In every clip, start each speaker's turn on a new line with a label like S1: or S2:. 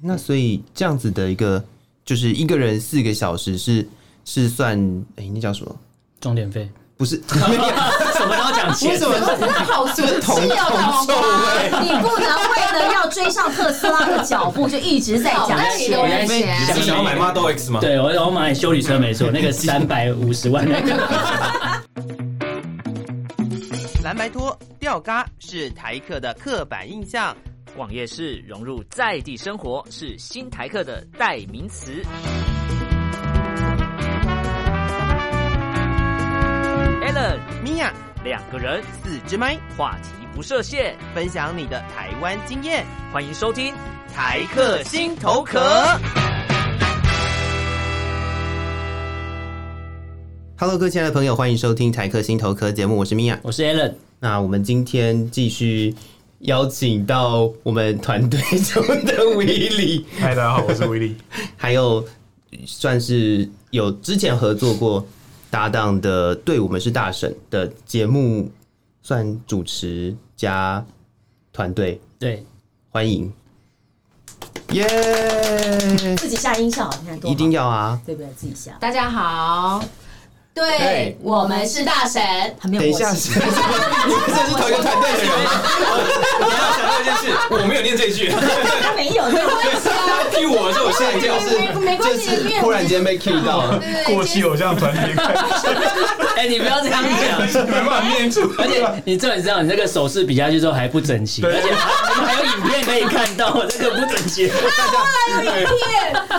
S1: 那所以这样子的一个，就是一个人四个小时是是算，哎、那叫什么？
S2: 重点费，
S1: 不是，
S2: 什么都要讲
S1: 为
S2: 钱
S1: 什。 么
S3: 真的好俗
S1: 这个铜
S3: 气哦，
S1: 铜臭味？
S4: 你不能为了要追上特斯拉的脚步，就一直在
S3: 好
S4: 讲
S3: 那你的
S4: 钱。
S3: 危险
S5: 你不是想要买 Model X 吗？
S2: 对，我我买修理车没错，那个三百五十万那 个。
S6: 蓝白拖、吊嘎是台客的刻板印象。
S7: 逛夜市融入在地生活是新台客的代名词。Allen
S6: 米娅，
S7: 两个人，
S6: 四支麦，
S7: 话题不设限，
S6: 分享你的台湾经验，
S7: 欢迎收听。
S6: 台客心头壳。
S1: Hello，各位亲爱的朋友，欢迎收听台客心头壳节目，我是米娅。
S2: 我是 Alan，
S1: 那我们今天继续邀请到我们团队中的 威力，
S5: 嗨，大家好，我是威力。
S1: 还有算是有之前合作过搭档的，对我们是大神的节目，算主持加团队，
S2: 对，
S1: 欢迎，耶、
S4: 自己下音效，你看多好
S1: 一定要啊！
S4: 对不对？自己下，
S3: 大家好，对我们是大神，
S4: 很没有
S1: 等一
S4: 默
S1: 下，
S4: 契。
S1: 是 你们这是同一个团队的人吗？
S5: 我想到一件事，我没有念这一句，
S4: 他没有，没 关系
S5: 他踢我的时候我吓一跳。
S3: 没没关系，因为
S1: 忽然间被 cue 到了，
S3: 对
S5: 过气偶像团体，
S2: 哎，你不要这样讲。
S5: 没办法念出。
S2: 而且你这你知道，你这个手势比下去之后还不整齐，而且我们还有影片可以看到，我这个不整 齐。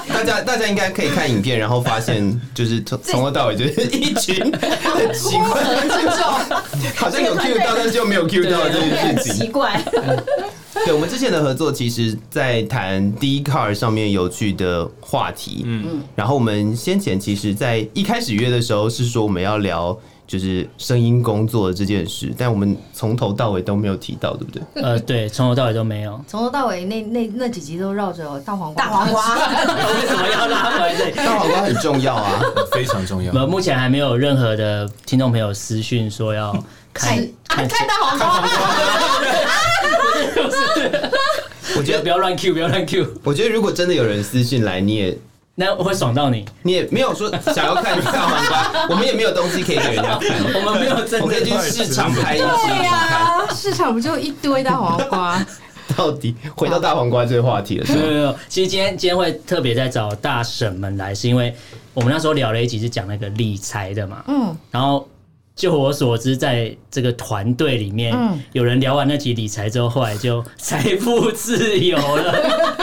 S1: 大家大家应该可以看影片，然后发现就是从从头到尾就是一群很奇怪，
S3: 哦
S1: 好像有 Q 到，但是又没有 Q 到这件事
S4: 奇
S1: 情。
S4: 怪，
S1: 对，我们之前的合作，其实在谈 D Car 上面有趣的话题。嗯，然后我们先前其实，在一开始约的时候是说我们要聊就是声音工作这件事，但我们从头到尾都没有提到，对不对？
S2: 呃，对，从头到尾都没 有。
S3: 从头到尾那那那几集都绕着大黄 瓜，
S4: 大黄瓜，
S2: 为什么要拉回这里？
S1: 大黄瓜很重要啊，
S5: 非常重要
S2: 我目前还没有任何的听众朋友私讯说要看
S3: 看啊看大黄瓜，
S1: 我觉
S2: 不
S1: 得。
S2: 要乱 Q，不要乱 Q，
S1: 我觉得如果真的有人私信来，你也
S2: 那会爽到你。
S1: 你也没有说想要看大黄瓜，我们也没有东西可以给人家看。
S2: 我们没有真
S1: 我可以去
S2: 的，
S1: 市场拍一次，
S3: 啊市场不就一堆大黄瓜？
S1: 到底回到大黄瓜这个话题了，是
S2: 没
S1: 吗
S2: 有没有没有。其实今天今天会特别在找大婶们来，是因为我们那时候聊了一集是讲那个理财的嘛，
S3: 嗯，
S2: 然后。就我所知，在这个团队里面，
S3: 嗯
S2: 有人聊完那集理财之后，后来就财富自由 了，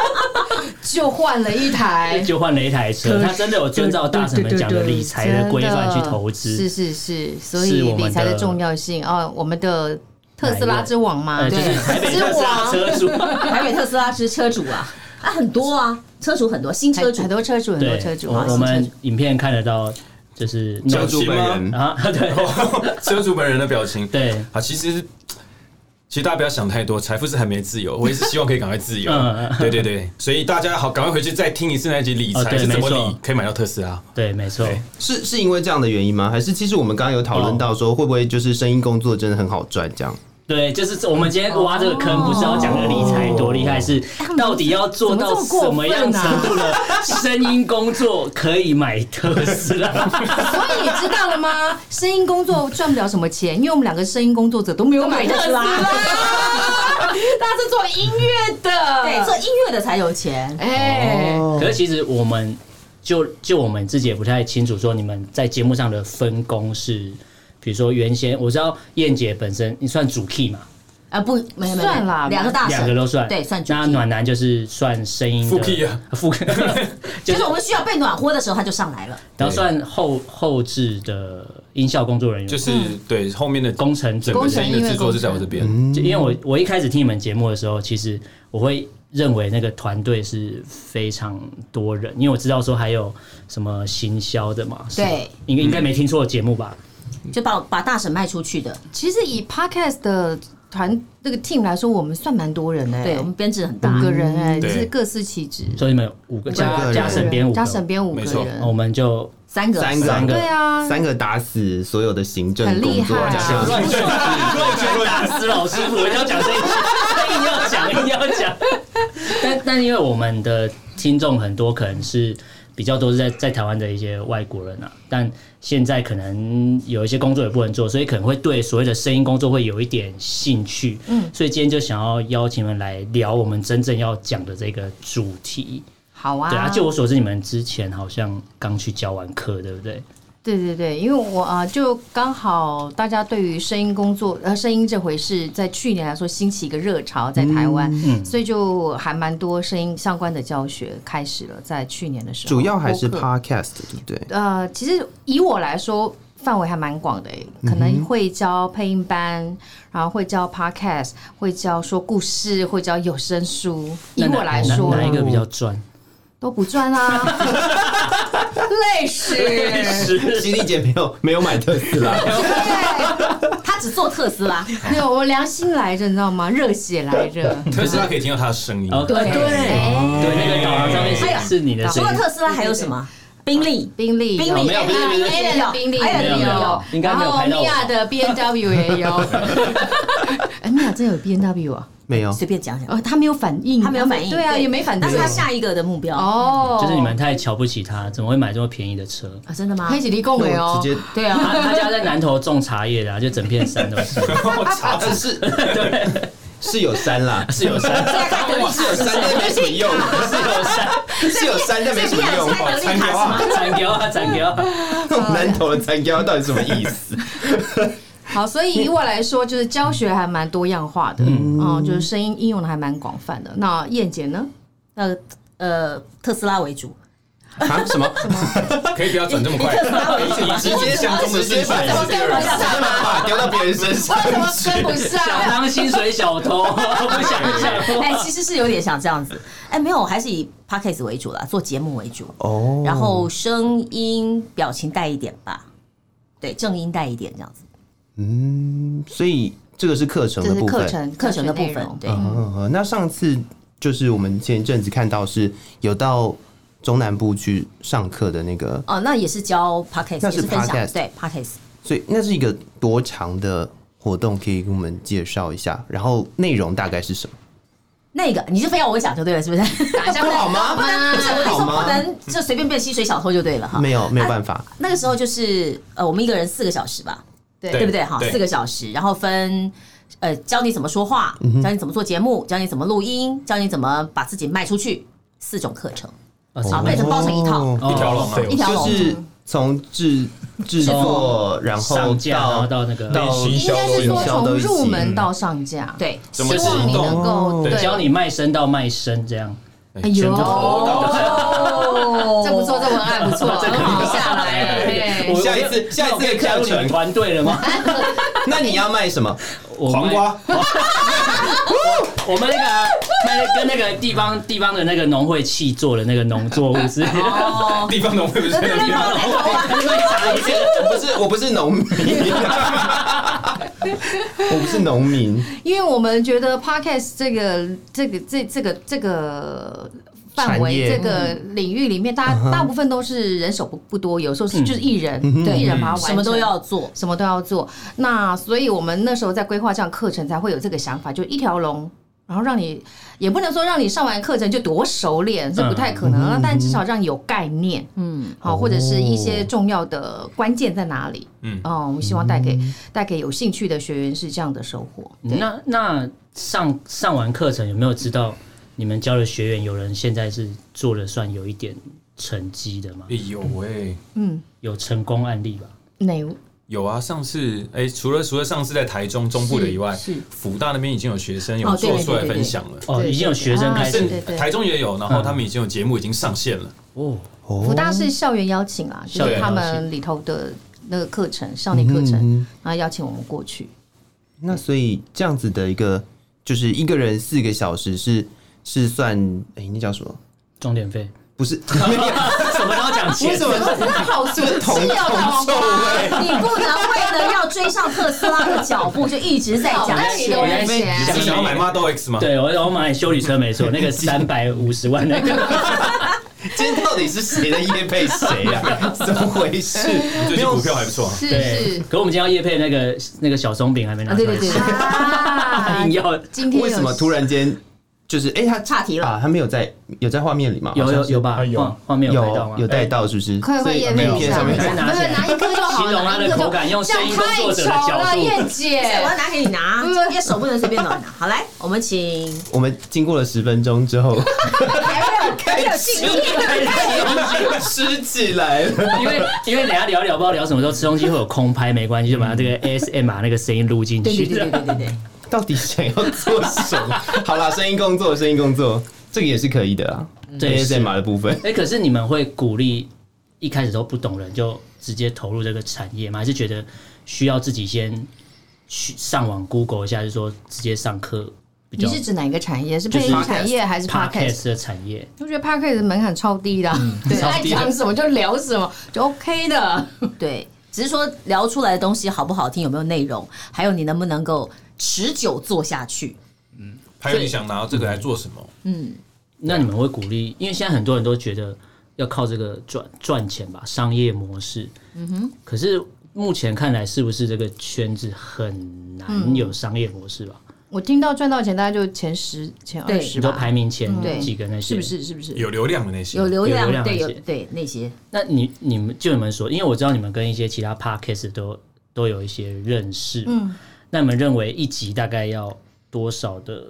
S3: 就换了一台。
S2: 就换了一台车。他真的有遵照大婶们讲的 理财的规范去投资，
S3: 是是是，所
S2: 是
S3: 以
S2: 我们的
S3: 理财的重要性哦，我们的特斯拉之王嘛，
S2: 呃，就是台北
S3: 之
S2: 特斯拉
S3: 王，
S2: 车 主，
S4: 台北特斯拉是车主啊，啊很多啊，车主很多，新车
S3: 很
S4: 主
S3: 很多车主，很多
S2: 对，
S3: 车主，
S2: 我
S3: 啊
S2: 我们影片看得到，就是
S1: 车主哦本
S5: 有
S1: 人，
S2: 啊， 对
S5: 车主本人的表情。
S2: 对，
S5: 啊，其实其实大家不要想太多，财富是还没自由，我也是希望可以赶快自由
S2: 嗯。
S5: 对对对，所以大家好，赶快回去再听一次那集理
S2: 哦
S5: 财
S2: 对
S5: 是怎
S2: 没
S5: 么理
S2: 错，
S5: 可以买到特斯拉。
S2: 对，没错，
S5: 对
S1: 是是因为这样的原因吗？还是其实我们刚刚有讨论到说，会不会就是声音工作真的很好赚这样？
S2: 对，就是我们今天挖这个
S4: 哦
S2: 坑，不是要讲这个理财多厉害，是
S4: 哎
S2: 到底要做到
S4: 啊
S2: 什么样程度的声音工作可以买特斯 拉？
S3: 所以你知道了吗？声音工作赚不了什么钱，因为我们两个声音工作者都没有买特斯 拉，大家是做音乐的，
S4: 对，做音乐的才有钱。
S3: 哎，
S4: 哦
S2: 可是其实我们就就我们自己也不太清楚，说你们在节目上的分工是。比如说，原先我知道燕姐本身你算主 key 嘛，
S4: 啊不，没有没有
S3: 算啦
S4: 两个大神，
S2: 两个都算，
S4: 啊对，算主
S2: 那
S4: 题。
S2: 暖男就是算声音的
S5: 副 key 啊，
S2: 副 就
S4: 就是是我们需要被暖和的时候，他就上来了。
S2: 然后算后后置的音效工作人员，
S5: 就是对后面的
S2: 工程准
S5: 整个
S3: 工程
S5: 声音的制作是在我这边。
S2: 就因为我我一开始听你们节目的时候，其实我会认为那个团队是非常多人，因为我知道说还有什么行销的嘛，是吗
S3: 对，
S2: 应该应该没听错节目吧？
S4: 就把把大神卖出去的，
S3: 其实以 podcast 的团那个 team 来说，我们算蛮多人的，欸
S4: 对我们编制很大
S3: 五，个人哎，就
S5: 对
S3: 是各司其职，
S2: 所以你们有五个
S1: 五个
S2: 加
S1: 人
S2: 加
S1: 省
S2: 沈编五个
S3: 加，沈编五个
S5: 没错
S2: 然
S3: 人
S2: 后，我们就
S4: 三个，
S1: 三个
S2: 三个
S3: 对啊，
S1: 三个打死所有的行政
S3: 很
S1: 工
S3: 厉
S1: 作
S3: 害啊
S1: 加上
S2: 乱拳乱拳打死老师傅，我一定要讲这一句，硬要讲硬要讲，但但因为我们的听众很多，可能是比较多是在在台湾的一些外国人啊，但现在可能有一些工作也不能做，所以可能会对所谓的声音工作会有一点兴趣。嗯，所以今天就想要邀请你们来聊我们真正要讲的这个主题。
S3: 好啊，
S2: 对啊，就我所知，你们之前好像刚去教完课，对不对？
S3: 对对对，因为我啊、呃就刚好大家对于声音工作，呃，声音这回事，在去年来说兴起一个热潮，在台湾，所以就还蛮多声音相关的教学开始了，在去年的时候，
S1: 主要还是
S3: 播客
S1: podcast 对不对？
S3: 呃，其实以我来说，范围还蛮广的诶，可能会教配音班，然后会教 podcast，会教说故事，会教有声书。以
S2: 那哪
S3: 我来说哦
S2: 哪，哪一个比较赚？
S3: 都不赚啊，累死。
S1: 犀利姐没有没有买特斯拉，
S4: 他只做特斯拉，
S3: 没有，我良心来着，你知道吗？热血来着。
S5: 特斯拉可以听到他的声音。
S2: 哦，对对，那个导航上面
S4: 哎呀
S2: 是是你的
S4: 除
S2: 声
S4: 了
S2: 音。
S4: 特斯拉还有什么？宾利，
S3: 宾利
S4: 宾利
S3: 有啊
S4: 没有宾利宾利
S3: ，A 的宾利
S4: 哎
S2: 没有
S3: 也
S2: 没有应该
S3: 然
S2: 没有
S3: 后
S2: 拍到我
S3: 米娅的 B N W 也有。哎，米娅真的有 B N W 啊？
S1: 没有。
S4: 随便讲讲。
S3: 哦，她没有反应，
S4: 他没有反应，
S3: 对啊，也没反应。
S4: 但是他下一个的目标
S3: 哦，
S2: 就是你们太瞧不起他，怎么会买这么便宜的车？
S4: 啊，真的吗
S3: 可？以立供的哦，
S1: 直接
S3: 对啊，
S2: 他 他家在南头种茶叶的、啊，就整片山都 是，
S5: 我操，
S1: 啊，是是 有山啦，
S2: 是有山，
S1: 是有山，但没什么用，
S2: 是有山，
S1: 是有山，但没什么用。
S5: 参考啊！
S2: 斩雕啊，斩雕啊！
S1: 南头的残雕到底什么意思？
S3: 好，所以以我来说，就是教学还蛮多样化的，嗯，就是声音应用的还蛮广泛的。那燕姐呢？
S4: 呃呃，特斯拉为主，
S1: 啊？什么？
S5: 可以不要转这么快，以直接相中的
S1: 直接
S5: 顺序
S1: 把
S5: 来
S1: 这
S5: 说。
S1: 个人，直接把把丢到别人身上去。
S3: 不
S4: 啊
S3: 上
S2: 想当薪水小偷， 不想想。
S4: 哎，其实是有点想这样子，哎，没有，我还是以 podcast 为主啦，做节目为主，
S1: 哦
S4: 然后声音、表情带一点吧，对，正音带一点这样子，
S1: 嗯，所以这个是课程
S3: 这
S1: 的
S3: 是
S1: 部
S3: 课
S1: 分。
S3: 程
S4: 课程的部
S3: 内
S4: 分
S3: 容，
S4: 对，
S1: 嗯嗯，那上次就是我们前一阵子看到是有到中南部去上课的那个，
S4: 哦，那也是教 podcast，
S1: 那
S4: 也
S1: 是
S4: 是分
S1: podcast
S4: 享，对 podcast，
S1: 所以那是一个多长的活动？可以给我们介绍一下，然后内容大概是什么？
S4: 那个你是非要我讲就对了，是不 是？
S3: 打一下好吗？
S4: 不能，不是我跟你
S1: 好
S4: 说
S1: 吗
S4: 不能就随便变吸水小偷就对了
S3: 嗯
S4: 哈。
S1: 没有，没有办法。
S4: 那个时候就是呃，我们一个人四个小时吧，
S3: 对
S4: 对不对？哈，
S5: 对
S4: 四个小时，然后分呃，教你怎么说话，
S3: 嗯
S4: 教你怎么做节目，教你怎么录音，教你怎么把自己卖出去，四种课程
S2: 哦
S4: 啊，被包成一套，
S1: 哦
S5: 一条龙啊
S4: 一条龙
S1: 就是从制制作，然后
S2: 上架，然后
S1: 到
S2: 到那个
S1: 哦到
S5: 练习
S3: 应该是说
S1: 营销
S3: 从
S1: 都一起
S3: 入门到上架，，
S4: 对，
S5: 怎
S3: 希
S5: 么
S3: 望你
S5: 行
S3: 能
S5: 动？
S3: 够
S5: 对
S2: 教你卖身到卖身这样，
S3: 哎呦
S2: 全部投入，
S4: 哦
S3: 这不错， 这文案不错， 很好下来， 对
S2: 我
S1: 下一次下一次的
S2: 我加入
S1: 课
S2: 你
S1: 程
S2: 们团队了 吗？
S1: 那你要卖什 么？
S2: 我卖
S5: 黄瓜，
S2: 我们那个卖跟那个地方地方的那个农会契做的那个农作物是，
S4: 哦
S5: 地方农会不是那个地方农会，
S1: 我不是我不是农 民，我不是农民，
S3: 因为我们觉得 podcast 这个这个这这个这个范
S1: 产
S3: 围
S1: 业嗯
S3: 这个领域里面，大家大部分都是人手不不多，有时候是就是艺人，
S1: 嗯
S3: 艺人把它完成
S4: 什么都要 做，
S3: 什么都要做。那所以我们那时候在规划这样课程，才会有这个想法，就一条龙。然后让你也不能说让你上完课程就多熟练，这不太可
S1: 嗯
S3: 能。但至少让你有概念，嗯，好，或者是一些重要的关键在哪里，嗯
S5: 嗯，
S3: 哦，我们希望带给
S1: 嗯
S3: 带给有兴趣的学员是这样的收获。
S2: 那那上上完课程有没有知道你们教的学员有人现在是做的算有一点成绩的吗？
S5: 哎呦喂，
S2: 有成功案例吧？
S3: 哪
S1: 哦
S5: 有啊，上次哎，除了除了上次在台中中部的以外，
S3: 是是
S5: 福大那边已经有学生有
S3: 哦对
S5: 做
S3: 对
S5: 出来
S3: 对对
S5: 分享了。
S2: 哦，
S3: 对
S2: 已经有学生
S3: 对
S2: 开
S3: 对
S2: 始
S1: 啊
S5: 甚
S3: 对对
S5: 台中也有，然后他们已经有节目已经上线了。
S2: 哦，
S3: 福大是校园邀请啦，就
S2: 校
S3: 是
S2: 园
S3: 他
S2: 邀
S3: 们
S2: 请
S3: 里头的那个课程，少年课程，
S1: 嗯
S3: 然后邀请我们过去。
S1: 那所以这样子的一个，就是一个人四个小时是是算哎、那叫什么？
S2: 重点费，
S1: 不是，
S2: 什么都要讲钱，
S1: 为什 么
S3: 真的好熟
S1: 同
S3: 悉哦，
S4: 啊
S1: 同臭
S4: 你不能为了要追上特斯拉的脚步就一直在讲
S3: 那你的
S4: 钱。
S3: 危险
S5: 你是想要买 Model X 吗？
S2: 对我我买修理车没错，那个三百五十万那个，
S1: 今天到底是谁在夜配谁 呀？怎么回事？
S5: 最近股票还不错啊。
S3: 是
S2: 对
S3: 是，
S2: 可我们今天要夜配那个那个小松饼还没拿
S3: 啊，
S2: 出
S3: 对
S2: 来
S3: 对
S2: 吃
S3: 对，，啊
S2: 硬要
S3: 今天有
S1: 为什么突然间就是哎、他
S4: 岔题了
S1: 啊，他没有在有在画面里吗？
S2: 有
S1: 好像
S2: 有
S1: 是
S2: 有吧？
S8: 啊有
S2: 画画面有带到
S1: 有
S2: 吗？
S1: 有带到是不是？
S3: 快快
S1: 所以
S3: 叶
S1: 没
S3: 面
S1: 有
S3: 一
S1: 片
S3: 下，
S1: 上
S3: 不
S1: 面
S3: 是
S2: 拿起来
S3: 拿一颗就好
S2: 形容
S3: 了，
S2: 它
S3: 拿
S2: 的
S3: 一颗就
S2: 口感用
S3: 这样
S2: 声音工
S3: 太
S2: 作者的
S3: 丑
S2: 角
S3: 了，
S2: 度
S3: 燕
S4: 是我要
S3: 姐。
S4: 拿给你拿，
S3: 不不
S4: 因为手不能随便暖拿。好，来，我们请
S1: 我们经过了十分钟之后，
S4: 还有进入
S1: 吃起来了。
S2: 因为因为等一下聊聊不知道聊什么时候吃东西会有空拍，没关系，就把这个 ASMR 那个声音录进
S4: 对
S2: 去。
S4: 对对对对对对，
S1: 到底想要做什么？好啦，声音工作，声音工作，这个也是可以的啊啦。
S2: 这也是
S1: ASMR 的部分，
S2: 哎、可是你们会鼓励一开始都不懂的人就直接投入这个产业吗？还是觉得需要自己先去上网 Google 一下，就是说直接上课比
S3: 你
S2: 较？
S3: 是指哪一个产业？是
S2: 就
S3: 配
S2: 是
S3: 音产业还是 podcast？
S2: podcast 的产业？
S3: 我觉得 podcast 的门槛超低的， 对，
S2: 超
S3: 爱
S2: 低的
S3: 讲什么就聊什么，就 OK 的。
S4: 对，只是说聊出来的东西好不好听，有没有内容，还有你能不能够持久做下去。
S5: 还有你想拿到这个来做什么？
S2: 那你们会鼓励？因为现在很多人都觉得要靠这个赚赚钱吧，商业模式。嗯哼。可是目前看来，是不是这个圈子很难有商业模式吧？
S3: 我听到赚到钱，大概就前十、前二
S4: 对
S2: 你
S3: 十
S2: 说
S3: 吧，
S2: 排名前
S3: 嗯
S4: 对
S2: 几个那些，
S3: 是不？是？是不是？
S5: 有流量的那些，
S4: 有流量，
S2: 有流量
S4: 对，
S2: 那
S4: 有
S2: 些
S4: 对那些，
S2: 那你你们就你们说，因为我知道你们跟一些其他 podcast 都都有一些认识，嗯，那你们认为一集大概要多少的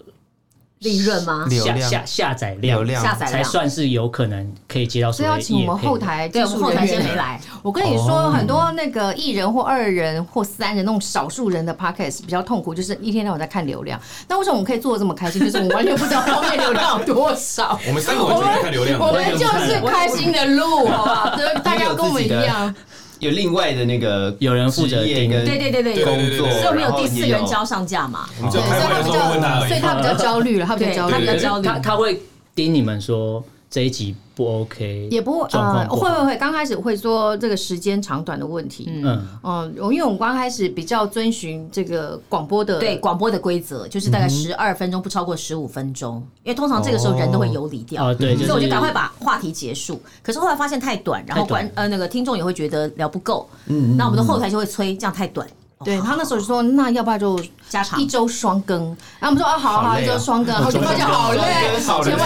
S4: 利润吗？
S1: 流
S2: 下
S1: 量
S2: 下下载
S1: 流
S2: 量
S1: 量
S4: 下载
S2: 才
S4: 量，
S2: 算是有可能可以接到所
S3: 所以
S2: 谓
S3: 要
S2: 的
S3: 请我
S2: 业
S3: 们
S2: 配
S3: 后？台技
S4: 对，我
S3: 术
S4: 们后台
S3: 人
S4: 先
S3: 员
S4: 没。来，
S3: 我跟你说，很多那个一人或二人或三人那种少数人的 podcast 比较痛苦，就是一天到晚在看流量。那为什么我们可以做的这么开心？就是我们完全不知道后面流量有多少。
S5: 我们三个完全没看流量
S3: 我
S5: 的，
S3: 们就是开心的录，好吧？对，大家跟我们一样，
S1: 有另外的那个
S2: 有人负责
S1: 职业跟
S4: 对对对对，
S5: 对
S1: 工
S5: 对
S1: 作，
S4: 所以我们有第四个
S1: 然
S4: 人
S1: 后也有
S4: 交上架嘛，
S5: 我们就
S3: 对，
S5: 开
S3: 所
S5: 会的
S3: 以他比
S5: 时候问他
S3: 较，
S5: 而
S3: 所以
S5: 已。
S3: 他比较焦虑了，他比较
S4: 对，
S3: 焦虑
S4: 他比
S5: 对
S4: 较
S5: 对
S4: 焦虑，
S2: 他他会盯你们说这一集不 OK，
S3: 也不
S2: 状
S3: 呃，
S2: 况不
S3: 会
S2: 好
S3: 会会，刚开始会说这个时间长短的问题。
S2: 嗯，
S3: 嗯，因为我们刚开始比较遵循这个广播的
S4: 对广播的规则就是大概十二分钟，不超过十五分钟，因为通常这个时候人都会游离掉。
S2: 哦
S1: 嗯
S2: 对，就
S4: 所以我
S2: 是
S4: 就赶快把话题结束，可是后来发现太短，然后
S2: 太短
S4: 观呃那个听众也会觉得聊不够，那我们的后台就会催，这样太短，哦
S3: 对他那时候就说，那要不要就
S4: 加长
S3: 一周双更？然后我们说啊，好啊好
S1: 好
S3: 啊，
S1: 累啊
S3: 一周双更，然后就发现好累，
S1: 好累
S3: 千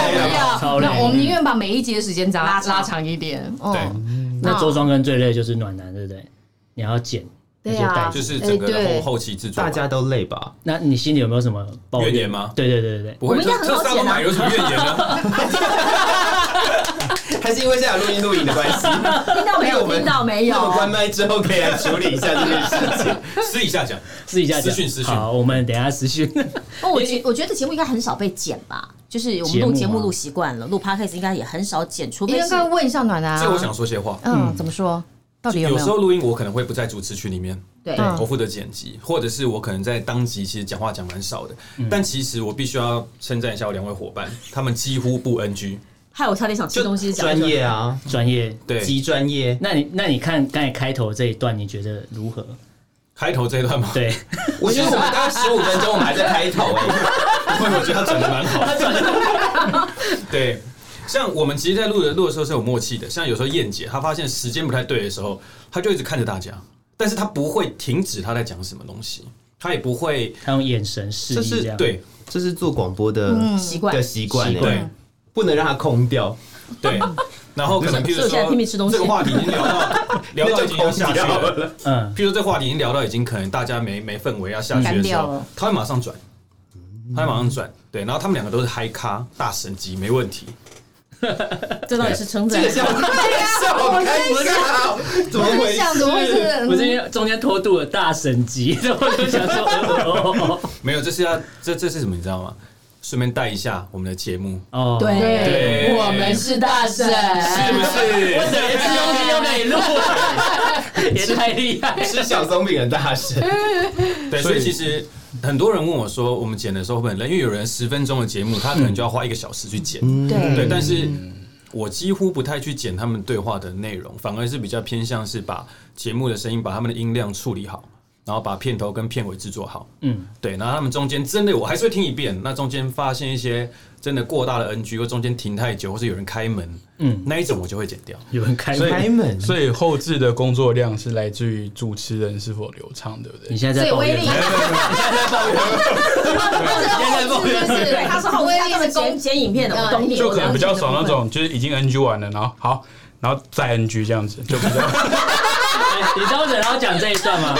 S1: 啊
S3: 万
S2: 超
S3: 不要。
S2: 累
S3: 那我们宁愿把每一集的时间
S4: 拉
S3: 拉
S4: 长
S3: 拉长一点。
S5: 对
S3: 嗯，
S2: 那周庄跟最累就是暖男，对不对？你要剪那
S3: 对
S2: 些带
S3: 啊，
S5: 就是整个的
S3: 哎对
S5: 后后期制作
S1: 大
S5: 吧，
S1: 家都累吧？
S2: 那你心里有没有什么抱
S5: 怨
S2: 怨
S5: 言吗
S2: 对对对对
S5: 不会，
S4: 我们应该很好
S5: 特斯拉
S4: 剪啊
S5: 买有什么怨言呢？
S1: 还是因为现在有录音录影的关系？
S4: 听到没
S1: 因为
S4: 有？
S1: 我们
S4: 听到没
S1: 那我们关
S4: 有？
S1: 麦之后可以来处理一下这件 事情。
S5: 私底下讲，
S2: 私底下讲
S5: 私讯私讯
S2: 好，我们等一下私讯。
S4: 哦，我觉我觉得节目应该很少被剪吧，就是我们
S2: 节目
S4: 录
S2: 吗
S4: 节目录习惯了，录 podcast 应该也很少剪，除
S3: 应
S4: 非
S3: 该
S4: 是
S3: 刚问一下暖男
S5: 这我
S3: 啊，
S5: 想说些话。
S3: 嗯，怎么说？到底有
S5: 有
S3: 没
S5: 时候录音我可能会不在主持群里面，
S4: 对
S3: 嗯
S5: 我负责剪辑，或者是我可能在当集其实讲话讲蛮少的，但其实我必须要称赞一下我两位伙伴，他们几乎不 NG，
S4: 害我差点想吃东西讲
S1: 专业啊，
S2: 专业。
S5: 对，
S1: 极专业。
S2: 那你那你看刚才开头这一段，你觉得如何？
S5: 开头这一段吗？
S2: 对，
S1: 我觉得我们大概十五分钟，我们还在开头 哎、
S5: 因为我觉得他转的蛮好的 对，像我们其实，在录的录的时候是有默契的。像有时候燕姐她发现时间不太对的时候，她就一直看着大家，但是她不会停止她在讲什么东西，她也不会
S2: 他用眼神示
S1: 这
S2: 意
S1: 是
S2: 这样。，
S5: 对
S1: 这是做广播的、
S4: 习惯
S1: 的。习惯、
S2: 习惯
S1: 欸，
S5: 对
S1: 不能让它空掉。
S5: 对。然后可能譬如
S4: 所以我现在拼命吃东西
S5: 说，这个话题已经聊到聊到已经要下去
S1: 那就空
S5: 了
S1: 掉。
S2: 嗯，
S5: 譬如说这话题已经聊到已经可能大家没没氛围要下去
S3: 干
S5: 的时
S3: 掉
S5: 候
S3: 了，
S5: 他会马上转，他会马上转，对，然后他们两个都是嗨咖大神级，没问题，
S4: 这到底是称 赞
S1: 这个？笑，这
S4: 啊
S1: 个笑开不好，怎么回
S3: 有？
S1: 事？
S3: 想怎么会
S2: 不是
S3: 是？
S2: 因为中间拖肚了大神级， 然后我就想说哦
S5: 没有，这是要这这是什么？你知道吗？顺便带一下我们的节目，
S2: 哦哦，
S4: 对
S5: 对
S3: 我们是大神，
S5: 是不
S2: 我整
S5: 是？
S2: 连吃东西都可以录， 也太厉害了。
S1: 吃小松饼的大神，
S5: 对，所以其实很多人问我说，我们剪的时候会不会很累，因为有人十分钟的节目，他可能就要花一个小时去剪，
S3: 对
S5: 对，但是。我几乎不太去剪他们对话的内容，反而是比较偏向是把节目的声音、把他们的音量处理好，然后把片头跟片尾制作好。
S2: 嗯，
S5: 对，然后他们中间真的我还是会听一遍，那中间发现一些真的过大的 NG，或中间停太久，或是有人开门，
S2: 嗯
S5: 嗯，那一种我就会剪掉。
S2: 有人开
S8: 所以
S1: 开
S2: 门，
S1: 门
S8: 所以后置的工作量是来自于主持人是否流畅，对不对
S2: 你？现在在
S3: 所以
S2: 抱
S3: 威
S2: 怨
S3: 力
S2: 吗，，
S3: 这个后置就是
S4: 他是 后
S3: 威
S4: 期
S3: 力
S4: 他们
S3: 是
S4: 剪
S3: 公
S4: 剪影片的，我懂你，
S8: 就可能比较
S4: 少
S8: 少那种，就是已经 NG 完了，然后好，然后再 NG 这样子，就比较
S2: 你知道为什么要讲这一段吗？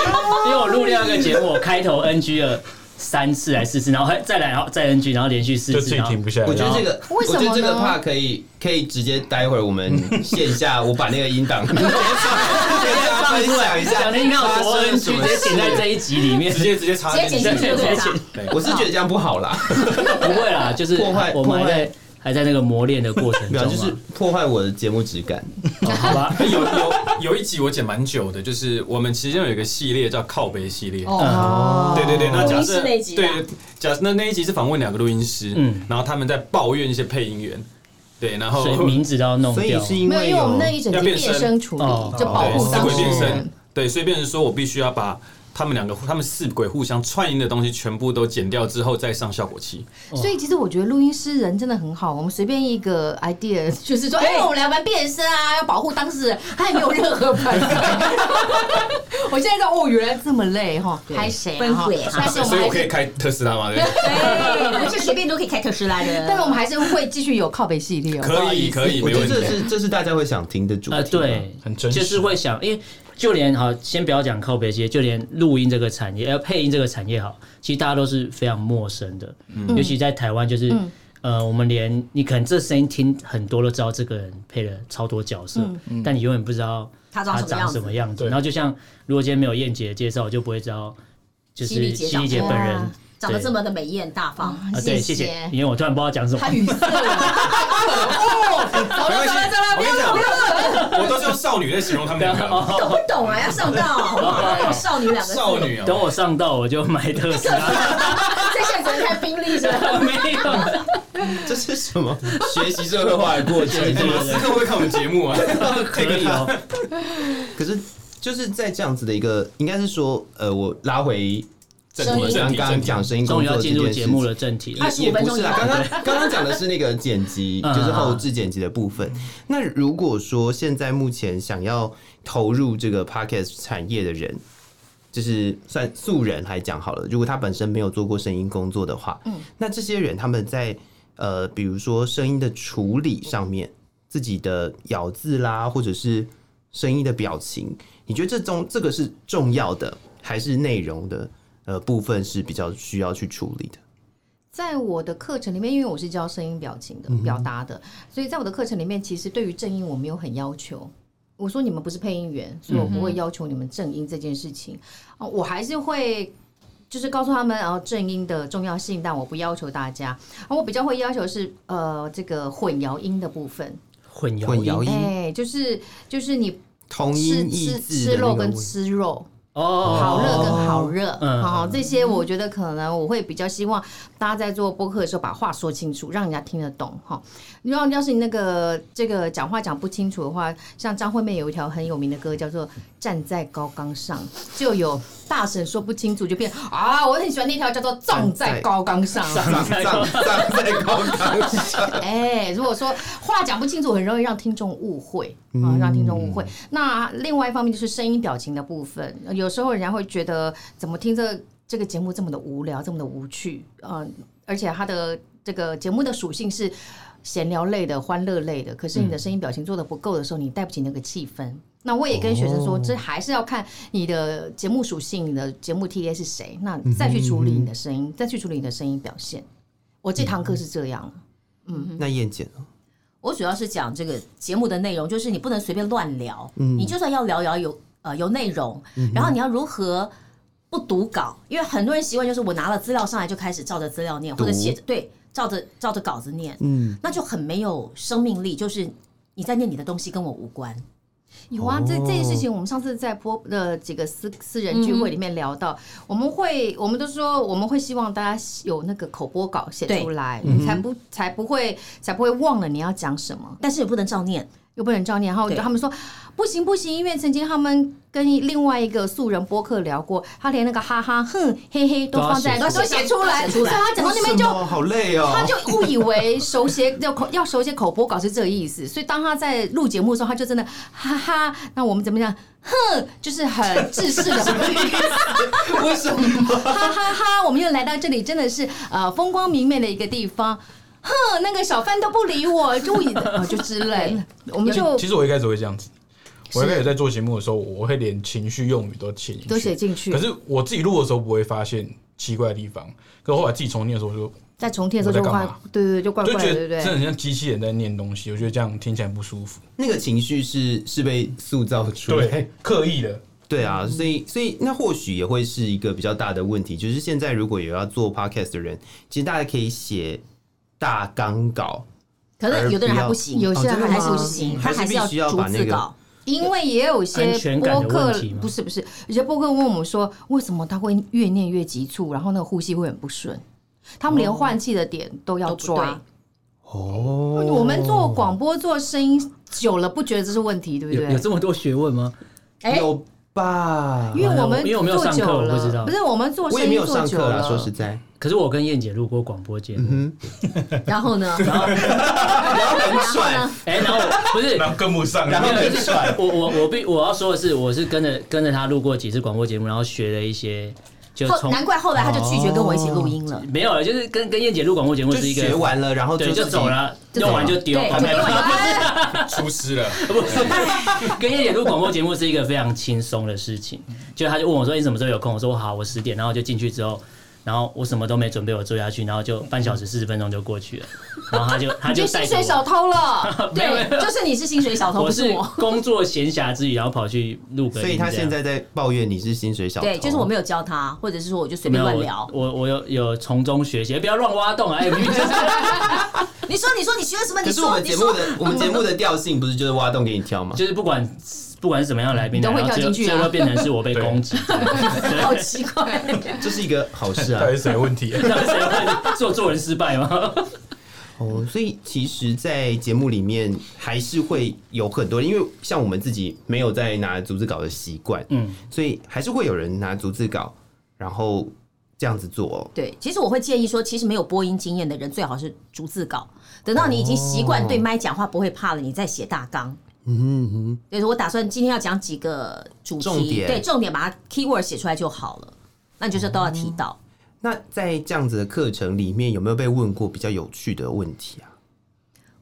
S2: 因为我录另外一个节目，我开头 NG 了三次还是四次，然后还再来，然后再 NG，然后连续四
S8: 就自
S2: 次，
S8: 己
S2: 然后
S8: 停不下来。
S1: 我觉得这个，
S3: 为
S1: 我
S3: 什么
S1: 觉得
S3: 呢
S1: 这个怕可以可以直接待会儿我们线下，我把那个音档 直接放给大家分享一下
S2: 讲的应该有多
S1: 发生
S2: NG，
S1: 了 什
S2: 直
S8: 啊
S1: 么
S2: 接剪在这
S1: 事。
S2: 一集里面
S5: 直。接直接插
S4: 直接
S5: 进
S4: 剪进去
S5: 去
S4: 就对
S2: 直接
S4: 了啦
S2: 剪。
S5: 对，
S1: 我是觉得这样不好啦，
S2: 不会啦，就是
S1: 破坏
S2: 我们还
S1: 破
S2: 在
S1: 坏
S2: 还在那个磨练的过程
S1: 没有，啊
S2: 中啊
S1: 就是
S2: 嘛，
S1: 破坏我的节目质感。
S2: 哦好吧？
S5: 有有有一集我剪蛮久的，就是我们其中有一个系列叫靠背系列。
S3: 哦
S5: 对对对，那假
S4: 录音
S5: 设
S4: 室那一集啊
S5: 对，假设那那一集是访问两个录音师，
S2: 嗯
S5: 然后他们在抱怨一些配音员，对，然后
S2: 所以名字都要弄
S1: 哦所以
S2: 掉。
S1: 是因
S3: 没有，
S1: 为
S3: 因为我们那
S1: 有
S3: 一整集
S5: 要变
S3: 变
S5: 身
S3: 声处
S2: 哦
S3: 理，就保
S5: 对
S3: 护
S5: 四
S3: 当
S5: 鬼
S3: 事
S5: 变
S3: 人
S5: 身。， 对，所以变成说我必须要把他们两个他们四鬼互相串音的东西全部都剪掉之后再上效果器，
S3: 所以其实我觉得录音师人真的很好，我们随便一个 idea 就是说，哎、
S4: 对
S3: 我们来玩变身啊，要保护当事人， 他也没有任何反感。我现在知道哦，原来这么累哈，
S4: 对
S3: 拍谁啊
S4: 崩
S3: 哈
S4: 溃？
S3: 但是我
S5: 所以
S3: 们
S5: 我
S3: 还
S5: 可以
S3: 是，
S5: 开特斯拉嘛， 对不对，
S4: 对，不是随便都可以开特斯拉的。
S3: 但是我们还是会继续有靠北系列哦。不好
S5: 可
S3: 意
S5: 以
S3: 思
S5: 可以，
S1: 我
S5: 没
S1: 觉
S5: 问
S1: 得这
S5: 题。
S1: 是这是大家会想听的主题啊
S2: 呃，
S1: 嘛。
S2: 对，
S8: 很真实
S2: 就是会想，因为就连好，先不要讲靠北街，就连录音这个产业，呃，配音这个产业好，其实大家都是非常陌生的，
S1: 嗯
S2: 尤其在台湾，就是、呃，我们连你可能这声音听很多都知道这个人配了超多角色，
S1: 嗯
S2: 但你永远不知嗯道
S4: 他长什么样子
S2: 什么样子。
S8: 对
S2: 然后就像如果今天没有燕姐的介绍，我就不会知道就
S4: 犀利
S2: 是
S4: 姐
S2: 犀利姐
S4: 长
S2: 本
S4: 这
S2: 人
S3: 样
S4: 长得
S2: 对
S4: 这么的美艳大方，
S2: 啊，对，谢
S3: 谢谢
S2: 谢，因为我突然不知道讲什么
S3: 他。语塞了，
S5: 没关系我跟你讲
S3: 可恶！走了走了走了，不要走了。
S5: 我都是用少女在形容他们 两个，
S4: 懂不懂啊？要上道，少女两个字
S5: 少，女 啊，
S2: 等我上道，我就买特斯拉。
S4: 这现 在只能看宾利是吧？
S2: 没有，
S1: 这是什么学习社会化的过程？
S2: 对对
S5: 马斯克会不会看我们节目 啊？
S2: 可以哦。
S1: 可是就是在这样子的一个，应该是说，呃，我拉回
S5: 正
S1: 我
S5: 题
S1: 们
S5: 正
S1: 刚
S5: 题
S1: 刚
S5: 正题
S1: 讲声音
S2: 终
S1: 工
S2: 于要
S1: 作这
S2: 进入
S1: 件
S2: 节
S1: 事
S2: 目
S1: 情。
S2: 了，正题。
S1: 也也不是啦，
S4: 25
S1: 刚刚刚刚讲的是那个剪辑，
S2: 嗯
S1: 就是后置剪辑的部分。那如果说现在目前想要投入这个 podcast 产业的人，就是算素人来讲好了，如果他本身没有做过声音工作的话，嗯，那这些人他们在呃，比如说声音的处理上面，自己的咬字啦，或者是声音的表情，你觉得这中这个是重要的，还是内容的呃部分是比较需要去处理的？
S3: 在我的课程里面，因为我是教声音表情
S1: 嗯
S3: 的、表达的，所以在我的课程里面，其实对于正音我没有很要求。我说你们不是配音员，所以我不
S1: 嗯
S3: 会要求你们正音这件事情。啊，我还是会就是告诉他们，呃，正音的重要性，但我不要求大家。啊，我比较会要求是呃这个混淆音的部分，
S2: 混淆
S1: 混
S2: 音
S1: 淆音、
S3: 哎，就是就是你
S1: 同
S3: 吃
S1: 音异
S3: 吃
S1: 字
S3: 吃
S1: 的那
S3: 肉
S1: 个
S3: 跟
S1: 问
S3: 吃肉。
S2: 哦，
S3: 好热跟好热，
S2: 嗯
S3: 好、这些我觉得可能我会比较希望大家在做播客的时候把话说清楚，让人家听得懂哈。如果要是你那个这个讲话讲不清楚的话，像张惠妹有一条很有名的歌叫做《站在高岗上》，就有大婶说不清楚就变啊，我很喜欢那条叫做《葬在高岗上》。
S1: 长长长在高岗上，
S3: 哎，如果说话讲不清楚，很容易让听众误会啊，让听众误会。那另外一方面就是声音表情的部分，有时候人家会觉得怎么听这这个节目这么的无聊，这么的无趣，嗯，而且它的这个节目的属性是。闲聊类的、欢乐类的，可是你的声音表情做的不够的时候，你带不起那个气氛。那我也跟学生说，这还是要看你的节目属性、你的节目 TA 是谁，那再去处理你的声音，再去处理你的声音表现。我这堂课是这样，
S1: 那燕姐呢？
S4: 我主要是讲这个节目的内容，就是你不能随便乱聊，你就算要聊聊有呃有内容，然后你要如何不读稿，因为很多人习惯就是我拿了资料上来就开始照着资料念，或者写着对照着照着稿子念，
S1: 嗯，
S4: 那就很没有生命力，就是你在念你的东西跟我无关。
S3: 有啊，这这件事情我们上次在播的几个私私人聚
S4: 嗯
S3: 会里面聊到，我们会我们都说我们会希望大家有那个口播稿写出来，你才不才不会才不会忘了你要讲什么。
S4: 但是也不能照念，
S3: 又不能照念。然后
S4: 对
S3: 他们说不行不行，因为曾经他们跟另外一个素人播客聊过，他连那个哈哈哼嘿嘿
S2: 都
S3: 都
S2: 要
S3: 放在
S2: 写
S3: 都
S4: 出来
S3: 写出来，
S4: 都写出
S3: 所
S4: 来
S3: 以他讲到那边就
S1: 为什么好累哦，
S3: 他就误以为手写要口要手写口播稿是这个意思，所以当他在录节目的时候，他就真的哈哈。那我们怎么讲？哼，就是很自视的，
S1: 为什么？
S3: 哈哈哈！我们又来到这里，真的是呃风光明媚的一个地方。哼，那个小贩都不理我，就以呃就之类， 我们就
S8: 其实我一开始会这样子，我一开始在做节目的时候，我会连情绪用语都写进去，
S3: 都写进去
S8: 可。是我自己录的时候不会发现奇怪的地方，可后来自己重念的时候就
S3: 在重贴的时候就
S8: 我在
S3: 怪
S8: 干嘛，
S3: 对对对，就怪
S8: 就
S3: 怪的，
S8: 觉
S3: 对
S8: 得
S3: 不
S8: 真的
S3: 对？
S8: 很像机器人在念东西，我觉得这样听起来不舒服。
S1: 那个情绪是是被塑造出来，，
S8: 刻意的，
S1: 对啊，所以所以那或许也会是一个比较大的问题，就是现在如果有要做 podcast 的人，其实大家可以写大纲稿，
S4: 可是有的人还不行，
S3: 有
S1: 些人
S4: 人还是
S3: 还
S4: 不
S3: 是
S4: 行，
S1: 嗯还
S4: 他
S1: 是
S4: 还是要
S1: 必须要
S4: 逐
S1: 把那
S4: 字
S1: 个
S4: 稿。
S3: 因为也有
S2: 安
S3: 些
S2: 全感
S3: 播
S2: 的
S3: 客
S2: 问题吗
S3: 不是不是，有些播客问我们说，为什么他会越念越急促，然后那个呼吸会很不顺，他们连换气的点都要
S4: 都不
S3: 抓
S4: 对。
S1: 哦
S3: 我们做广播做声音久了，不觉得这是问题，对不
S2: 有有
S3: 对？
S2: 这么多学问吗？
S4: 哎，
S1: 有吧？
S3: 因为我们
S2: 因为我没有
S3: 做
S2: 上
S3: 久
S2: 课
S3: 了，
S2: 我不知道
S3: 是我们做
S1: 我也
S3: 声
S1: 没
S3: 音
S1: 有
S3: 做
S1: 上
S3: 久
S1: 课啦，
S3: 了，
S1: 说实在，
S2: 可是我跟燕姐录过广播节目，
S1: 嗯，
S4: 然 后呢？
S1: 然后很
S4: 然
S1: 喘，
S2: 哎、然后我不是
S8: 然后跟不上，
S1: 然后很喘，
S2: 我我我必我要说的是，我是跟着跟着他录过几次广播节目，然后学了一些，就
S4: 后
S2: 从
S4: 难怪后来他就拒绝跟我一起录音
S1: 哦
S4: 了。
S2: 没有了，就是跟跟燕姐录广播节目
S1: 就是
S2: 一个
S1: 学完了，然后
S2: 对
S1: 自
S2: 就
S1: 己
S2: 走，了，
S1: 就
S2: 用完
S1: 走
S2: 就
S1: 了
S2: 丢，
S4: 对
S2: 啊没有
S4: 就丢完
S5: 出师了，
S2: 不是，跟叶姐录广播节目是一个非常轻松的事情。
S3: 嗯
S2: 就他就问我说：“你什么时候有空？”我说：“我好，我十点。”然后就进去之后，然后我什么都没准备，我坐下去，然后就半小时四十分钟就过去了。然后他就他
S3: 你
S2: 就
S3: 就
S2: 带
S3: 薪
S2: 着
S3: 水小
S2: 我，
S3: 偷 了，
S2: 没有没
S4: 对
S2: 有，
S4: 就是你是薪水小偷，
S2: 我
S4: 不
S2: 是
S4: 是我。
S2: 工作闲暇之余，然后跑去录个音
S1: 所
S2: 这样。
S1: 以他现在在抱怨你是薪水小偷，
S4: 对，就是我没有教他，或者是说我就随
S2: 没
S4: 便
S2: 有
S4: 乱
S2: 我
S4: 聊。
S2: 我我有有从中学习，不要乱挖洞啊！哎，明明就是
S4: 你说，你说，你学了什么？
S1: 可
S4: 你
S1: 是我
S4: 说，
S1: 们
S4: 你
S1: 节目
S4: 说，
S1: 的我们节目的调性不是就是挖洞给你跳吗？
S2: 就是不管不管是怎么样的来宾来，
S3: 你都会
S2: 然后
S3: 跳进
S2: 最
S3: 去啊
S2: 后最后变成是我被
S8: 对
S2: 攻击，对
S4: 好奇怪。
S1: 这是一个好事 啊
S8: 到，底是谁问题？
S2: 那谁会做做人失败吗？
S1: 哦，所以其实，在节目里面还是会有很多，因为像我们自己没有在拿逐字稿的习惯，
S2: 嗯，
S1: 所以还是会有人拿逐字稿，然后这样子做、哦。
S4: 对，其实我会建议说，其实没有播音经验的人，最好是逐字稿。等到你已经习惯对麦讲话不会怕了，你再写大纲。
S1: 哦嗯哼，
S4: 就是我打算今天要讲几个主题，
S1: 重点
S4: 对重点把它 keyword 写出来就好了。那你就是都要提到。
S1: 那在这样子的课程里面，有没有被问过比较有趣的问题啊？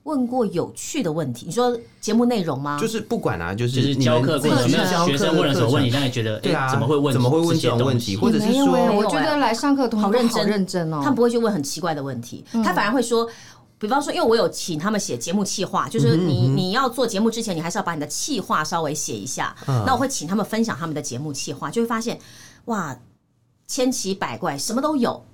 S4: 问过有趣的问题，你说节目内容吗？
S1: 就是不管啊，就
S2: 就是是
S1: 你
S2: 教
S1: 们
S2: 课
S1: 自
S2: 过程，
S1: 己
S2: 没
S1: 去
S2: 有
S1: 教
S2: 学
S1: 课
S2: 生问了什么问题，
S1: 课程
S2: 让你觉得，
S1: 对啊
S2: 哎，怎么会问，
S1: 怎么会问
S2: 这些
S1: 这种
S2: 东
S1: 问
S2: 西
S1: 题或者是
S3: 没有
S1: 说
S3: 欸
S4: 没有
S3: 我觉得
S4: 欸
S3: 来上课同学
S4: 好
S3: 都
S4: 认
S3: 好
S4: 真
S3: 认真哦，
S4: 他们不会去问很奇怪的问题，
S1: 嗯
S4: 他反而会说。比方说，因为我有请他们写节目企
S1: 嗯
S4: 划，就是你你要做节目之前，你还是要把你的企划稍微写一下。
S1: 嗯
S4: 那我会请他们分享他们的节目企划，就会发现哇，千奇百怪，什么都有。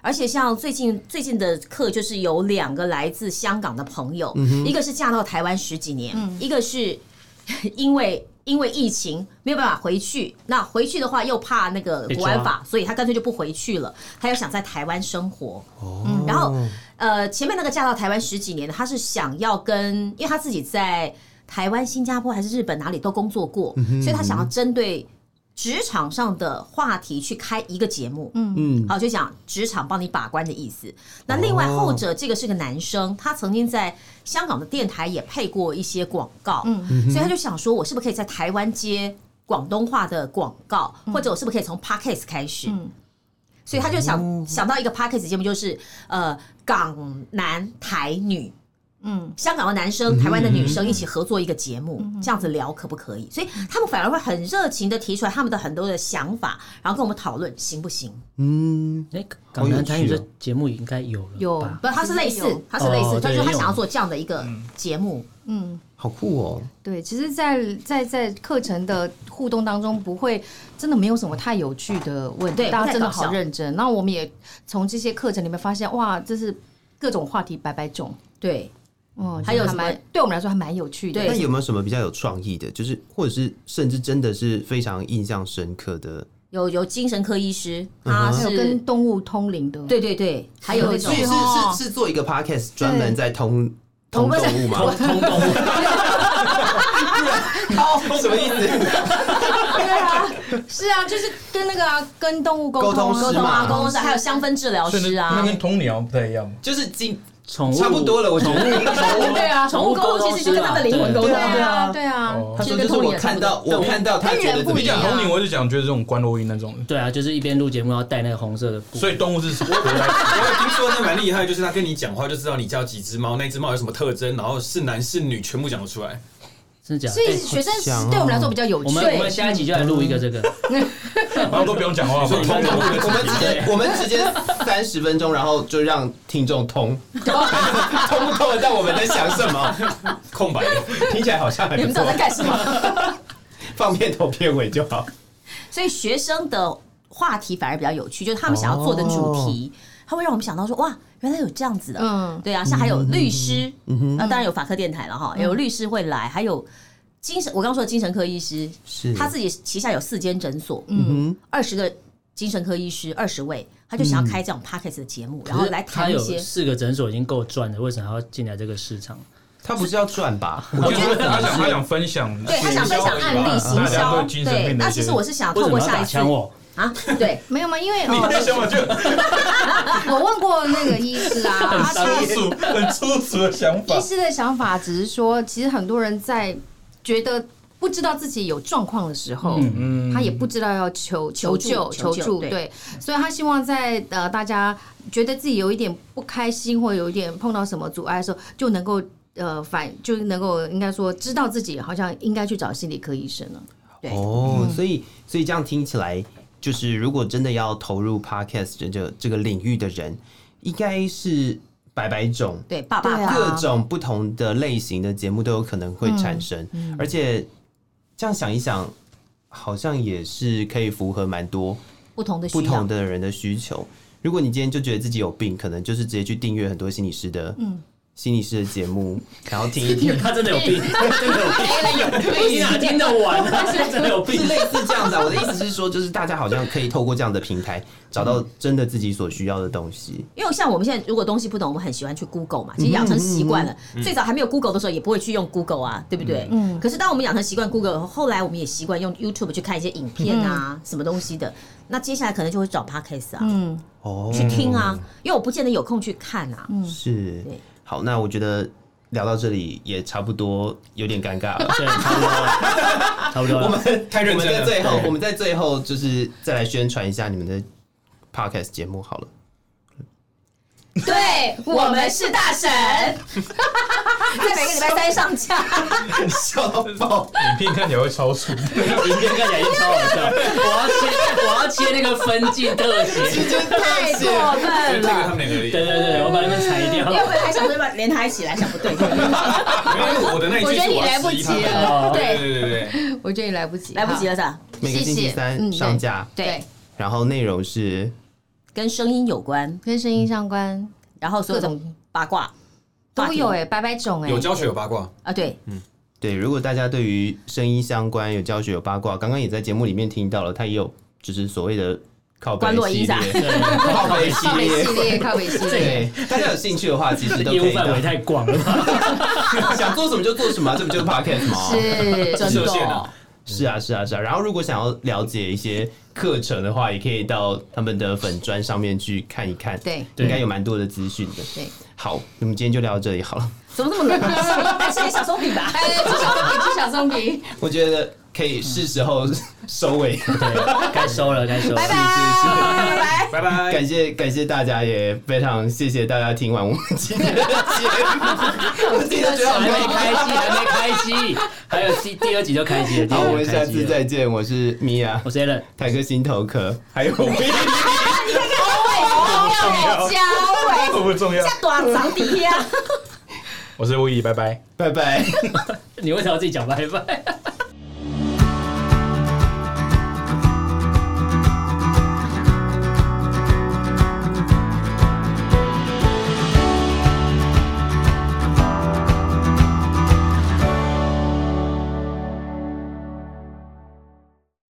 S4: 而且像最近最近的课，就是有两个来自香港的朋友，
S2: 嗯
S4: 一个是嫁到台湾十几年，一个是 因为因为疫情没有办法回去，那回去的话又怕那个
S2: 被
S4: 国安
S2: 抓
S4: 法，所以他干脆就不回去了，他又想在台湾生活。
S2: 哦
S4: 嗯然后呃，前面那个嫁到台湾十几年的，他是想要跟，因为他自己在台湾、新加坡还是日本哪里都工作过，
S2: 嗯
S4: 所以他想要针对职场上的话题去开一个节目。嗯嗯，好，就讲职场帮你把关的意思。那另外后者这个是个男生，他曾经在香港的电台也配过一些广告，嗯，所以他就想说，我是不是可以在台湾接广东话的广告，或者我是不是可以从 podcast 开始？所以他就想、想到一个 podcast 节目，就是呃港男台女。嗯，香港的男生、台湾的女生一起合作一个节目，这样子聊可不可以？所以他们反而会很热情的提出来他们的很多的想法，然后跟我们讨论行不行？
S1: 嗯，
S2: 哎，港
S1: 好有
S2: 南
S1: 趣
S2: 台语
S1: 哦
S2: 这节目应该有了吧，
S3: 有
S4: 不，他是类
S3: 其实
S4: 似
S3: 有，
S4: 他是类
S2: 哦
S4: 似，他
S2: 对
S4: 就是他
S2: 因为
S4: 想
S2: 我
S4: 要做这样的一个节目。
S3: 嗯，
S1: 好酷哦。
S3: 对，其实在，在在课程的互动当中，不会真的没有什么太有趣的问题，
S4: 对
S3: 大
S4: 不
S3: 家
S4: 太
S3: 真的
S4: 搞笑
S3: 好认真。那我们也从这些课程里面发现，哇，这是各种话题百百种，
S4: 对，
S3: 嗯，
S4: 还有
S3: 就是
S4: 什么
S3: 蛮对我们来说还蛮有趣的。
S4: 对
S1: 那有没有什么比较有创意的，就是或者是甚至真的是非常印象深刻的？
S4: 有有精神科医师，他
S3: 还有
S4: 是
S3: 跟动物通灵的，
S4: 对对对，还有那种
S1: 所以是
S3: 哦
S1: 是是做一个 podcast 专门在通通
S4: 不是
S1: 动物吗？
S2: 通通动物，
S1: 什么意思？
S3: 对啊，是啊，就是跟那个啊，跟动物沟
S1: 沟
S3: 通
S1: 通
S3: 啊、
S1: 师
S4: 沟通啊，
S1: 嘛
S4: 沟通师还有香氛治疗
S8: 所以
S4: 师
S8: 那那
S4: 啊，
S8: 跟鸵鸟不太一样吗？
S1: 就是进
S2: 宠物
S1: 差不多了，我觉得。
S3: 对啊，
S4: 宠物沟通其实就是跟他的灵魂沟通
S3: 对
S4: 啊。
S3: 啊，对啊
S8: 哦，
S1: 他
S3: 其实
S1: 说就是
S3: 跟通灵
S1: 我
S3: 也
S1: 看
S3: 差不多
S1: 到，我看到他觉得怎么
S3: 跟人
S1: 样
S3: 不一？样
S8: 同理，我就讲觉得这种关洛音那种的，
S2: 对啊，就是一边录节目要戴那个红色的布
S8: 所，以动物是活来
S5: 我有听说那蛮厉害，就是他跟你讲话就知道你家有几只猫，那只猫有什么特征，然后是男是女，全部讲得出来。
S2: 真的假
S3: 所以
S2: 的？
S3: 学生
S1: 想哦
S3: 对我们来说比较有
S2: 哎我
S3: 趣
S2: 们。我们下一集就来录一个这个，
S8: 然后都不用讲话
S5: 你说
S8: 嘛
S5: 通。通
S1: 我们直接我们直接三十分钟，然后就让听众 通，通不通得到我们在想什么？
S5: 空白，
S1: 听起来好像还
S4: 你
S1: 不
S4: 们到
S1: 错
S4: 底。在干什么？
S1: 放片头片尾就好。
S4: 所以学生的话题反而比较有趣，就是他们想要做的主题，它会让我们想到说，哇，原来有这样子的，
S3: 嗯，
S4: 对啊，像还有律师，那当然有法科电台了哈，有律师会来，还有精神，我刚说的精神科医师，
S1: 是
S4: 他自己旗下有四间诊所，
S1: 嗯，
S4: 二十个精神科医师，二十位，他就想要开这种 p o d c a s t 的节目，然后来
S2: 他
S4: 谈一
S2: 有
S4: 些。
S2: 四个诊所已经够赚了，为什么还要进来这个市场？
S1: 他不是要赚吧？
S8: 我觉得他想他想啊分享，
S4: 对他想分享案例行
S8: 大家
S4: 销，
S8: 对精神
S4: 对
S8: 病，的
S4: 那
S8: 一
S4: 其
S8: 些
S4: 实我是想要
S2: 为
S4: 透
S2: 什
S4: 过
S2: 么要
S4: 下
S2: 打
S4: 一次
S2: 枪哦我？
S4: 啊，对，
S3: 没有嘛，因为
S8: 你
S3: 哦
S8: 在想 我就
S3: 我问过那个医师啊，他他
S8: 粗俗很粗俗的想 法
S3: 医。师的想法只是说，其实很多人在觉得不知道自己有状况的时候，
S8: 嗯
S3: 他也不知道要求
S4: 求
S3: 求
S4: 助
S3: 救、
S4: 求
S3: 求
S4: 救
S3: 助，
S4: 对
S3: 对，所以他希望在呃大家觉得自己有一点不开心或有一点碰到什么阻碍的时候，就能够呃反，就能够应该说知道自己好像应该去找心理科医生了。
S4: 对
S1: 哦，
S3: 嗯
S1: 所以所以这样听起来，就是如果真的要投入 podcast 这个这个领域的人，应该是百百种。
S4: 对，爸爸
S3: 对啊嗯
S1: 各种不同的类型的节目都有可能会产生，而且这样想一想，好像也是可以符合蛮多
S4: 不同的需
S1: 不
S4: 要
S1: 同，的人的需求。如果你今天就觉得自己有病，可能就是直接去订阅很多心理师的，
S3: 嗯
S1: 心理师的节目，然后听一听。
S2: 他真的有 病，真的有
S4: 哎
S2: 病，你哪听得完啊？真的有病
S1: 是。类似这样子、啊，我的意思是说，就是大家好像可以透过这样的平台，找到真的自己所需要的东西。
S4: 因为像我们现在如果东西不懂，我们很喜欢去 Google
S3: 嗯
S4: 嘛，其实养成习惯了。最早还没有 Google 的时候，也不会去用 Google 啊，对不对？嗯。可是当我们养成习惯 Google 以后，后来我们也习惯用 YouTube 去看一些影片啊，什么东西的。那接下来可能就会找 Podcast 啊，
S3: 嗯，
S1: 哦，
S4: 去听啊，因为我不见得有空去看啊。
S3: 嗯
S1: 是
S4: 对，
S1: 好，那我觉得聊到这里也差不多，有点尴尬了。
S2: 对，差不多了，差不多
S1: 我
S2: 了。
S1: 们
S5: 太认真了
S1: 我们在最后，
S2: 对
S1: 我们在最后就是再来宣传一下你们的 podcast 节目好了。
S4: 对，我们是大 神，在每个礼拜三上架。
S1: 笑到爆！
S8: 影片看起来会超粗，
S2: 影片看起来已经超好笑，我要切，我要切那个分镜特写。
S1: 太
S4: 过 分
S5: 这个
S4: 了。
S5: 他们两个而已。
S2: 对对对，我把你们裁掉
S4: 因。为我还想说把连他一起来，想不对，
S5: 因为我的那一
S3: 我
S5: 句
S3: 觉
S5: 是
S3: 得你
S5: 我
S3: 来
S5: 要
S3: 不
S5: 质疑
S3: 及
S5: 他们
S4: 哎
S3: 了，
S5: 对
S3: 对，
S5: 对对对对，
S3: 我觉得你来不及，
S4: 来不及
S3: 好，
S4: 了是吧？
S1: 每个星期三
S3: 嗯对
S1: 上架，
S3: 对，
S1: 然后内容是
S4: 跟声音有关，
S3: 跟声音相关
S4: 然后所有
S3: 各
S4: 的
S3: 种
S4: 八卦
S3: 都有
S4: 话
S3: 哎、
S4: 题
S3: 百百种哎、
S5: 有教学有八卦，
S4: 啊，对，
S3: 嗯
S1: 对。如果大家对于声音相关有教学有八卦，刚刚也在节目里面听到了，它也有就是所谓的靠背
S4: 关洛
S1: 系
S4: 音啊
S1: 列，
S2: 对，
S1: 靠背系
S3: 靠北
S1: 列
S3: 系。列，靠北系列，
S1: 对，大家有兴趣的话，其实都可
S2: 业务
S1: 以到
S2: 范围太广了吧？
S1: 想做什么就做什么啊，这不就是 podcast 吗？
S3: 是
S4: 真的
S5: 设限
S4: 哦
S5: 啊。
S1: 是啊，是啊，是啊。然后如果想要了解一些课程的话，也可以到他们的粉砖上面去看一看。
S3: 对
S1: 应该有蛮多的资讯的。
S3: 对，
S1: 好，那么今天就聊到这里好了。
S4: 怎么这么冷？啊 来吃点小松饼吧。
S3: 哎，吃小松饼，吃小松饼，
S1: 我觉得可以是时候
S3: 嗯
S1: 收尾，
S2: 对， 该收了，该收了。拜拜。
S4: 拜拜。
S5: 拜 拜。
S1: 感谢感谢大家，也非常谢谢大家听完我们今天的节 目。我今天觉得好
S2: 还没
S1: 累。
S2: 开机，还没开机，还有第第二集就开机了。第二
S1: 好，
S2: 集就
S1: 我们下
S2: 开机
S1: 次
S2: 了
S1: 再。见。我是米娅
S2: 我，是 a l
S1: 台哥心头壳，还有 Willy
S8: 哎
S3: 要
S4: 哎
S3: 加味。
S8: 都不重要。
S4: 短长底呀。啊
S8: 我是吴怡，拜拜。
S1: 拜拜。
S2: 你为什么要自己讲拜拜？